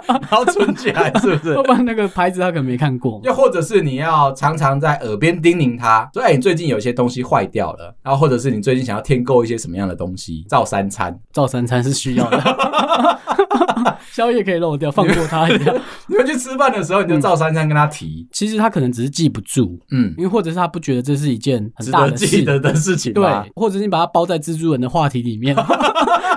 Speaker 1: 然后存起来，是不是
Speaker 2: 要？不然那个牌子他可能没看过。
Speaker 1: 又或者是你要常常在耳边叮咛他，说：“哎、你最近有些东西坏掉了。”然后或者是你最近想要添购一些什么样的东西，照三餐。
Speaker 2: 照三餐是需要的， 宵夜可以漏掉，放过他一样。
Speaker 1: 你们去吃饭的时候，你就照三餐跟他提，
Speaker 2: 其实他可能只是记不住，
Speaker 1: 嗯，
Speaker 2: 因为或者是他不觉得这是一件很
Speaker 1: 值
Speaker 2: 大
Speaker 1: 得
Speaker 2: 的事，
Speaker 1: 记得的事情吧
Speaker 2: 对，。或者是你把它包在蜘蛛人的话题 里面。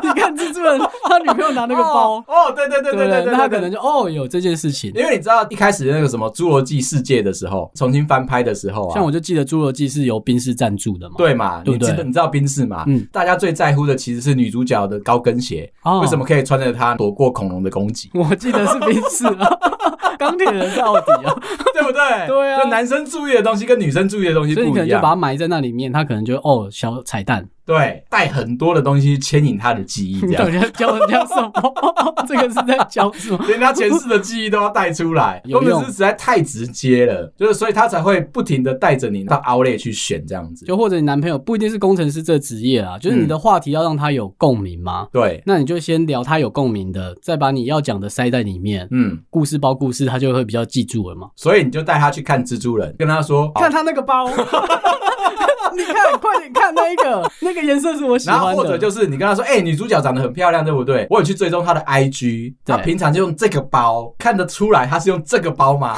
Speaker 2: 你看蜘蛛人，他女朋友拿那个包
Speaker 1: 哦，，哦对对对
Speaker 2: 对
Speaker 1: 对
Speaker 2: 不
Speaker 1: 对对，
Speaker 2: 那他
Speaker 1: 对
Speaker 2: 可能。就哦有这件事情。
Speaker 1: 因为你知道一开始那个什么《侏罗纪世界》的时候，重新翻拍的时候啊，
Speaker 2: 像我就记得《侏罗纪》是由宾士赞助的嘛，，
Speaker 1: 对嘛，
Speaker 2: 对不对
Speaker 1: 你知道你知道冰室嘛？
Speaker 2: 嗯
Speaker 1: 大家最在乎的其实是女主角的高跟鞋，
Speaker 2: 哦，
Speaker 1: 为什么可以穿着它躲过恐龙的攻击
Speaker 2: 我记得是宾士啊， 钢铁人是奥迪 啊，
Speaker 1: 对不对？
Speaker 2: 对啊
Speaker 1: 就男生注意的东西跟女生注意的东西不
Speaker 2: 所
Speaker 1: 一
Speaker 2: 以
Speaker 1: 样。
Speaker 2: 你可能就把它埋在那里面，他可能就哦小彩蛋，
Speaker 1: 对，带很多的东西牵引他的记 忆，这
Speaker 2: 你到
Speaker 1: 样，
Speaker 2: 底在教人家什么？ 这个是在教什么？
Speaker 1: 连他前世的记忆都要带出来。
Speaker 2: 有
Speaker 1: 工
Speaker 2: 用
Speaker 1: 程师实在太直接了，就是所以他才会不停的带着你到 Outlet 去选这样子。
Speaker 2: 就或者你男朋友不一定是工程师这职业啊，就是你的话题要让他有共鸣嘛。
Speaker 1: 对，
Speaker 2: 那你就先聊他有共鸣的，再把你要讲的塞在里面，
Speaker 1: 嗯，
Speaker 2: 故事包故事，他就会比较记住了嘛。
Speaker 1: 所以你就带他去看蜘蛛人，跟他说，啊好
Speaker 2: 看他那个包， 你看，快点看那一个，那个颜色是我喜
Speaker 1: 然
Speaker 2: 欢的。
Speaker 1: 后或者就是你跟他说，哎、女主角长得很漂亮，对不对？我有去追踪她的 IG，她
Speaker 2: 对
Speaker 1: 平常就用这个包，看得出来她是用这个包吗？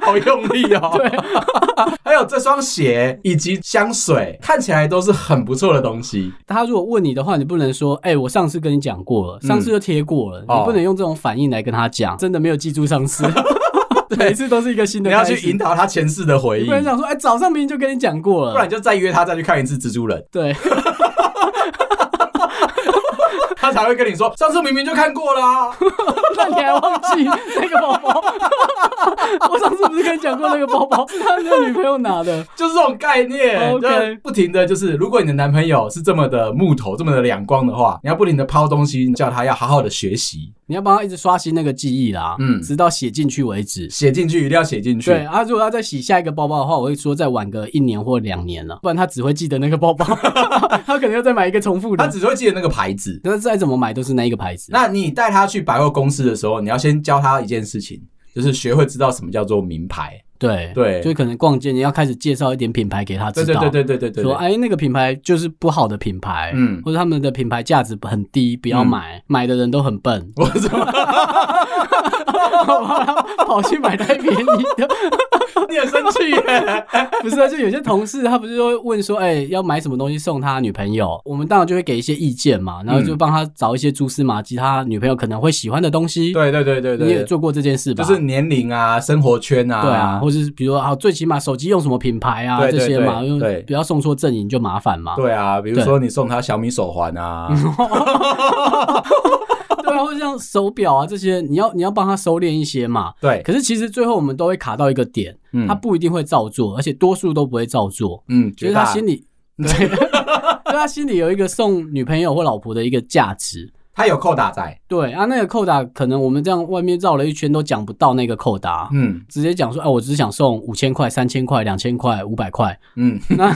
Speaker 1: 好用力哦！对，还有这双鞋以及香水，看起来都是很不错的东西。
Speaker 2: 他如果问你的话，你不能说，哎、我上次跟你讲过了，上次就贴过了，
Speaker 1: 哦
Speaker 2: 你不能用这种反应来跟他讲，真的没有记住上 次，每次都是一个新
Speaker 1: 你
Speaker 2: 的
Speaker 1: 要
Speaker 2: 开始。
Speaker 1: 去引导她前世的回
Speaker 2: 你
Speaker 1: 忆，
Speaker 2: 不能
Speaker 1: 不
Speaker 2: 想说，哎、早上明明就跟你讲过了，
Speaker 1: 然你就再约她再去看一次蜘蛛 人，
Speaker 2: 对，
Speaker 1: 她才会跟你说，上次明明就看过啊啦、
Speaker 2: 那你还忘记那个包包？我上次不是跟你讲过那个包包是他的女朋友拿的？
Speaker 1: 就是这种概念，就
Speaker 2: OK
Speaker 1: 是不停的就是，如果你的男朋友是这么的木头，这么的两光的话，你要不停的抛东西，叫他要好好的学习，
Speaker 2: 你要帮他一直刷新那个记忆啦，
Speaker 1: 嗯
Speaker 2: 直到写进去为止。
Speaker 1: 写进去一定要写进去。
Speaker 2: 对啊，如果要再洗下一个包包的话，我会说再晚个一年或两年了，不然他只会记得那个 包包，他可能要再买一个重复
Speaker 1: 他
Speaker 2: 的。
Speaker 1: 只会记得那个牌子。
Speaker 2: 但是再怎么买都是那一个牌子。啊
Speaker 1: 那你带他去百货公司的时候，你要先教他一件事情，就是学会知道什么叫做名牌。
Speaker 2: 对
Speaker 1: 对
Speaker 2: 就可能逛街你要开始介绍一点品牌给他
Speaker 1: 对
Speaker 2: 知
Speaker 1: 对
Speaker 2: 道，
Speaker 1: 对对对对对
Speaker 2: 说
Speaker 1: 对。
Speaker 2: 哎那个品牌就是不好的品牌，
Speaker 1: 嗯，
Speaker 2: 或者他们的品牌价值很低，不要买，买的人都很笨
Speaker 1: 我怎么？
Speaker 2: 跑去买太便宜的，
Speaker 1: 你很生气 耶？
Speaker 2: 不是啊，就有些同事他不是会问说，哎、要买什么东西送他女朋友？我们当然就会给一些意见
Speaker 1: 嗯
Speaker 2: 嘛，然后就帮他找一些蛛丝马迹，他女朋友可能会喜欢的东西。
Speaker 1: 对对对对
Speaker 2: 你也
Speaker 1: 对，
Speaker 2: 做过这件事吧？
Speaker 1: 就是年龄啊、生活圈啊，
Speaker 2: 对啊，，或者是比如说啊，最起码手机用什么品牌啊，
Speaker 1: 对对
Speaker 2: 这些嘛，
Speaker 1: 对
Speaker 2: 因为
Speaker 1: 对
Speaker 2: 不要送错阵营就麻烦嘛。
Speaker 1: 对啊，比如说你送他小米手环啊，
Speaker 2: 对啊，或者像手表啊这些，你要你要帮他收敛一些嘛。
Speaker 1: 对，
Speaker 2: 可是其实最后我们都会卡到一个点，
Speaker 1: 嗯
Speaker 2: 他不一定会照做，而且多数都不会照做，
Speaker 1: 嗯，绝
Speaker 2: 就是他
Speaker 1: 大
Speaker 2: 心里。对， 对他心里有一个送女朋友或老婆的一个价值。
Speaker 1: 他有扣打在，
Speaker 2: 对啊，那个扣打可能我们这样外面绕了一圈都讲不到那个扣打，
Speaker 1: 嗯
Speaker 2: 直接讲说，哎，我只是想送五千块、三千块、两千块、五百块。
Speaker 1: 嗯，
Speaker 2: 那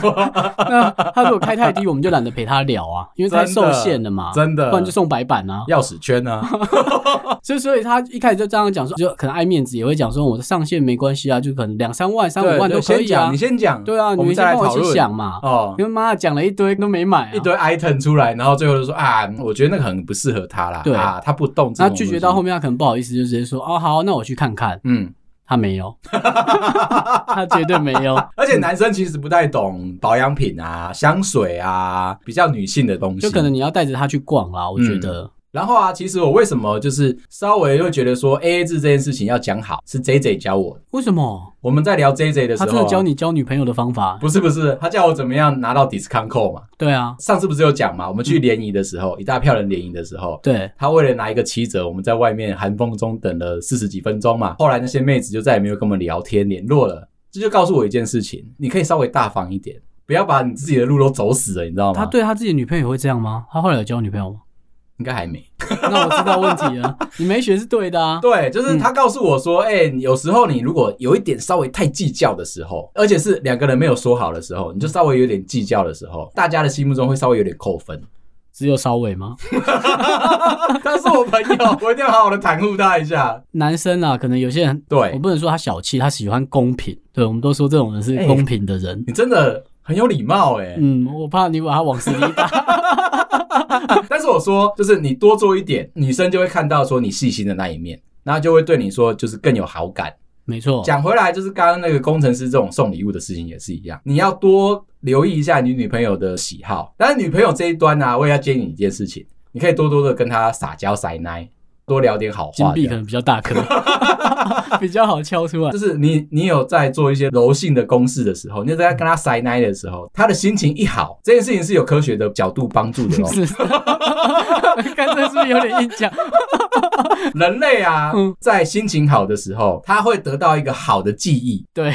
Speaker 2: 他如果开太低，我们就懒得陪他聊啊，因为太
Speaker 1: 真
Speaker 2: 受
Speaker 1: 的
Speaker 2: 限了嘛，
Speaker 1: 真的
Speaker 2: 不然就送白板啊。
Speaker 1: 钥匙圈呢？
Speaker 2: 所以，所以他一开始就这样讲说，就可能爱面子，也会讲说我的上限没关系啊，就可能两三万、三五万
Speaker 1: 对
Speaker 2: 都可
Speaker 1: 先
Speaker 2: 以啊
Speaker 1: 讲，你。先讲，
Speaker 2: 对啊，
Speaker 1: 我
Speaker 2: 你们
Speaker 1: 们
Speaker 2: 先
Speaker 1: 再来
Speaker 2: 帮我
Speaker 1: 讨
Speaker 2: 去
Speaker 1: 论
Speaker 2: 想嘛。
Speaker 1: 哦
Speaker 2: 你。们妈讲了一堆都没买、啊，
Speaker 1: 一堆 item 出来，然后最后就说啊，我觉得那个很不适合他啦，
Speaker 2: 对
Speaker 1: 啊，他不动这
Speaker 2: 那
Speaker 1: 种东西，
Speaker 2: 拒绝到后面，他可能不好意思，就直接说哦好，那我去看看。
Speaker 1: 嗯，
Speaker 2: 他没有， 他绝对没有。
Speaker 1: 而且男生其实不太懂保养品啊、香水啊，比较女性的东西，
Speaker 2: 就可能你要带着他去逛啦，我觉得。
Speaker 1: 然后啊，其实我为什么就是稍微会觉得说 A A 制这件事情要讲好，是 J J 教我的。
Speaker 2: 为什么？
Speaker 1: 我们在聊 J J 的时
Speaker 2: 他
Speaker 1: 候，啊
Speaker 2: 真的教？你交女朋友的方法？
Speaker 1: 不是不是，他叫我怎么样拿到 discount code 嘛？
Speaker 2: 对啊，
Speaker 1: 上次不是有讲嘛？我们去联谊的时
Speaker 2: 嗯
Speaker 1: 候，一大票人联谊的时候。
Speaker 2: 对，
Speaker 1: 他为了拿一个七折，我们在外面寒风中等了四十几分钟嘛。后来那些妹子就再也没有跟我们聊天联络了。这就告诉我一件事情：你可以稍微大方一点，不要把你自己的路都走死了，你知道吗？
Speaker 2: 他对他自己的女朋友也会这样吗？他后来有交女朋 友吗？
Speaker 1: 应该还没。
Speaker 2: 那我知道问题了，你没学是对的啊。
Speaker 1: 对，就是他告诉我说，哎、你有时候你如果有一点稍微太计较的时候，而且是两个人没有说好的时候，你就稍微有点计较的时候，大家的心目中会稍微有点扣 分。
Speaker 2: 只有稍微吗？
Speaker 1: 他是我朋友，我一定要好好的袒护他一下。
Speaker 2: 男生啊，可能有些人，我
Speaker 1: 对
Speaker 2: 不能说他小气，他喜欢公平。对，我们都说这种人是公平的人。
Speaker 1: 你真的很有礼哎貌哎、
Speaker 2: 嗯，我怕你把他往死里 打。
Speaker 1: 但是我说，就是你多做一点，女生就会看到说你细心的那一面，然后就会对你说就是更有好感。
Speaker 2: 没错，
Speaker 1: 讲回来，就是刚刚那个工程师这种送礼物的事情也是一样，你要多留意一下你女朋友的喜好。但是女朋友这一端呢、啊，我也要建议你一件事情，你可以多多的跟她撒娇撒奶，多聊点好
Speaker 2: 金
Speaker 1: 话。
Speaker 2: 币可能比较大颗， 比较好敲出来
Speaker 1: 就。是你，你有在做一些柔性的攻势的时候，你在跟她塞奶的时候，她的心情一好，这件事情是有科学的角度帮助 的哦。
Speaker 2: 是，看这是不是有点硬讲？
Speaker 1: 人类啊
Speaker 2: 嗯，
Speaker 1: 在心情好的时候，他会得到一个好的记忆，
Speaker 2: 对，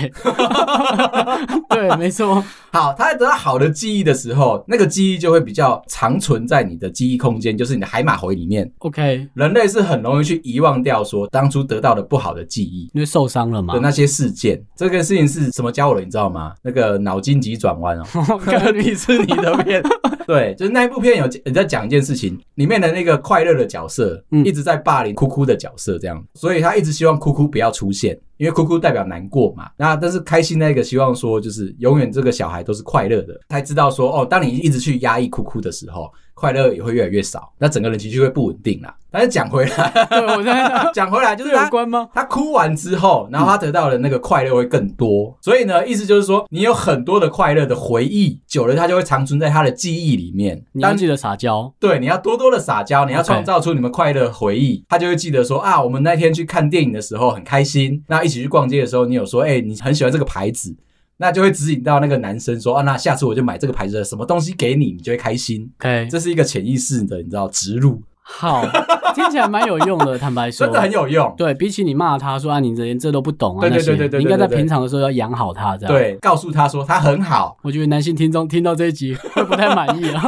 Speaker 2: 对，没错，
Speaker 1: 好，他在得到好的记忆的时候，那个记忆就会比较长存在你的记忆空间，就是你的海马回里面。
Speaker 2: OK，
Speaker 1: 人类是很容易去遗忘掉说当初得到的不好的记忆
Speaker 2: 因为受伤了嘛
Speaker 1: 的。那些事件。这个事情是怎么教我的，你知道吗？那个脑筋急转弯哦，
Speaker 2: 看你 是
Speaker 1: 你的片，对，就是那一部片有你在讲一件事情，里面的那个快乐的角色、
Speaker 2: 嗯
Speaker 1: 一直在霸凌哭哭的角色这样，所以他一直希望哭哭不要出现，因为哭哭代表难过嘛。那但是开心那个希望说，就是永远这个小孩都是快乐的，才知道说哦，当你一直去压抑哭哭的时候，快乐也会越来越少，那整个人情绪会不稳定啦。但是讲回来，
Speaker 2: 对我在
Speaker 1: 讲回来就
Speaker 2: 这
Speaker 1: 是
Speaker 2: 有
Speaker 1: 他。
Speaker 2: 关吗？
Speaker 1: 他哭完之后，然后他得到的那个快乐会更多，所以呢，意思就是说，你有很多的快乐的回忆，久了它就会长存在他的记忆里面。
Speaker 2: 你要
Speaker 1: 当
Speaker 2: 记得撒娇，
Speaker 1: 对，你要多多的撒娇，你要
Speaker 2: OK
Speaker 1: 创造出你们快乐的回忆，他就会记得说啊，我们那天去看电影的时候很开心，那一起去逛街的时候，你有说，哎、你很喜欢这个牌子。那就会指引到那个男生说啊，那下次我就买这个牌子的什么东西给你，你就会开心。
Speaker 2: OK，
Speaker 1: 这是一个潜意识的，你知道植入，
Speaker 2: 好，听起来蛮有用的。 坦白说，
Speaker 1: 真的很有用。
Speaker 2: 对比起你骂他说啊，你连这都不懂啊，
Speaker 1: 对
Speaker 2: 那
Speaker 1: 对
Speaker 2: 些
Speaker 1: 对对对对
Speaker 2: 你应该在
Speaker 1: 对对
Speaker 2: 平常的时候要养好他，这样。，
Speaker 1: 对，告诉他说他很好，
Speaker 2: 我觉得男性听众听到这一集会不太满意啊。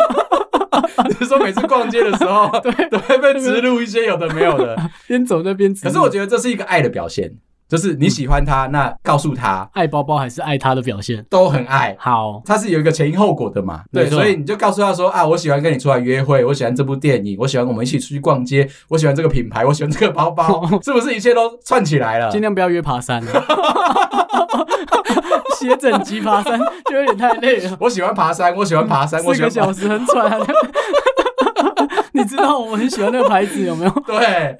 Speaker 1: 就是说每次逛街的时候，都会被植入一些有的没有 的。
Speaker 2: 边走那边指，
Speaker 1: 可是我觉得这是一个爱的表现，就是你喜欢他，那告诉他
Speaker 2: 爱包包还是爱他的表现。
Speaker 1: 都很爱。
Speaker 2: 好，
Speaker 1: 它是有一个前因后果的嘛，对，
Speaker 2: 没错
Speaker 1: 所以你就告诉他说啊，我喜欢跟你出来约会，我喜欢这部电影，我喜欢我们一起出去逛街，我喜欢这个品牌，我喜欢这个包 包，
Speaker 2: 哦
Speaker 1: 是不是一切都串起来了？
Speaker 2: 尽量不要约爬山 啊。写整集爬山就有点太累了，
Speaker 1: 我喜欢爬山，我喜欢爬山，我
Speaker 2: 四
Speaker 1: 喜
Speaker 2: 个
Speaker 1: 欢
Speaker 2: 小
Speaker 1: 爬
Speaker 2: 时很喘。啊 你知道我很喜欢那个牌子有没有？
Speaker 1: 对，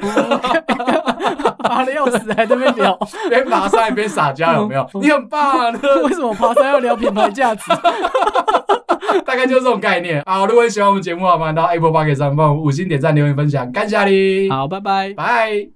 Speaker 2: 爬的要死，还在那边聊。
Speaker 1: 边爬山边撒娇，有
Speaker 2: 哦
Speaker 1: 没有？你很棒、啊，
Speaker 2: 为什么爬山要聊品牌价值？
Speaker 1: 大概就是这种概念好，如果你喜欢我们节目的话，麻烦到 Apple Park 上帮我们五星点赞、留言、分享，感谢你，
Speaker 2: 好，拜拜。
Speaker 1: 拜。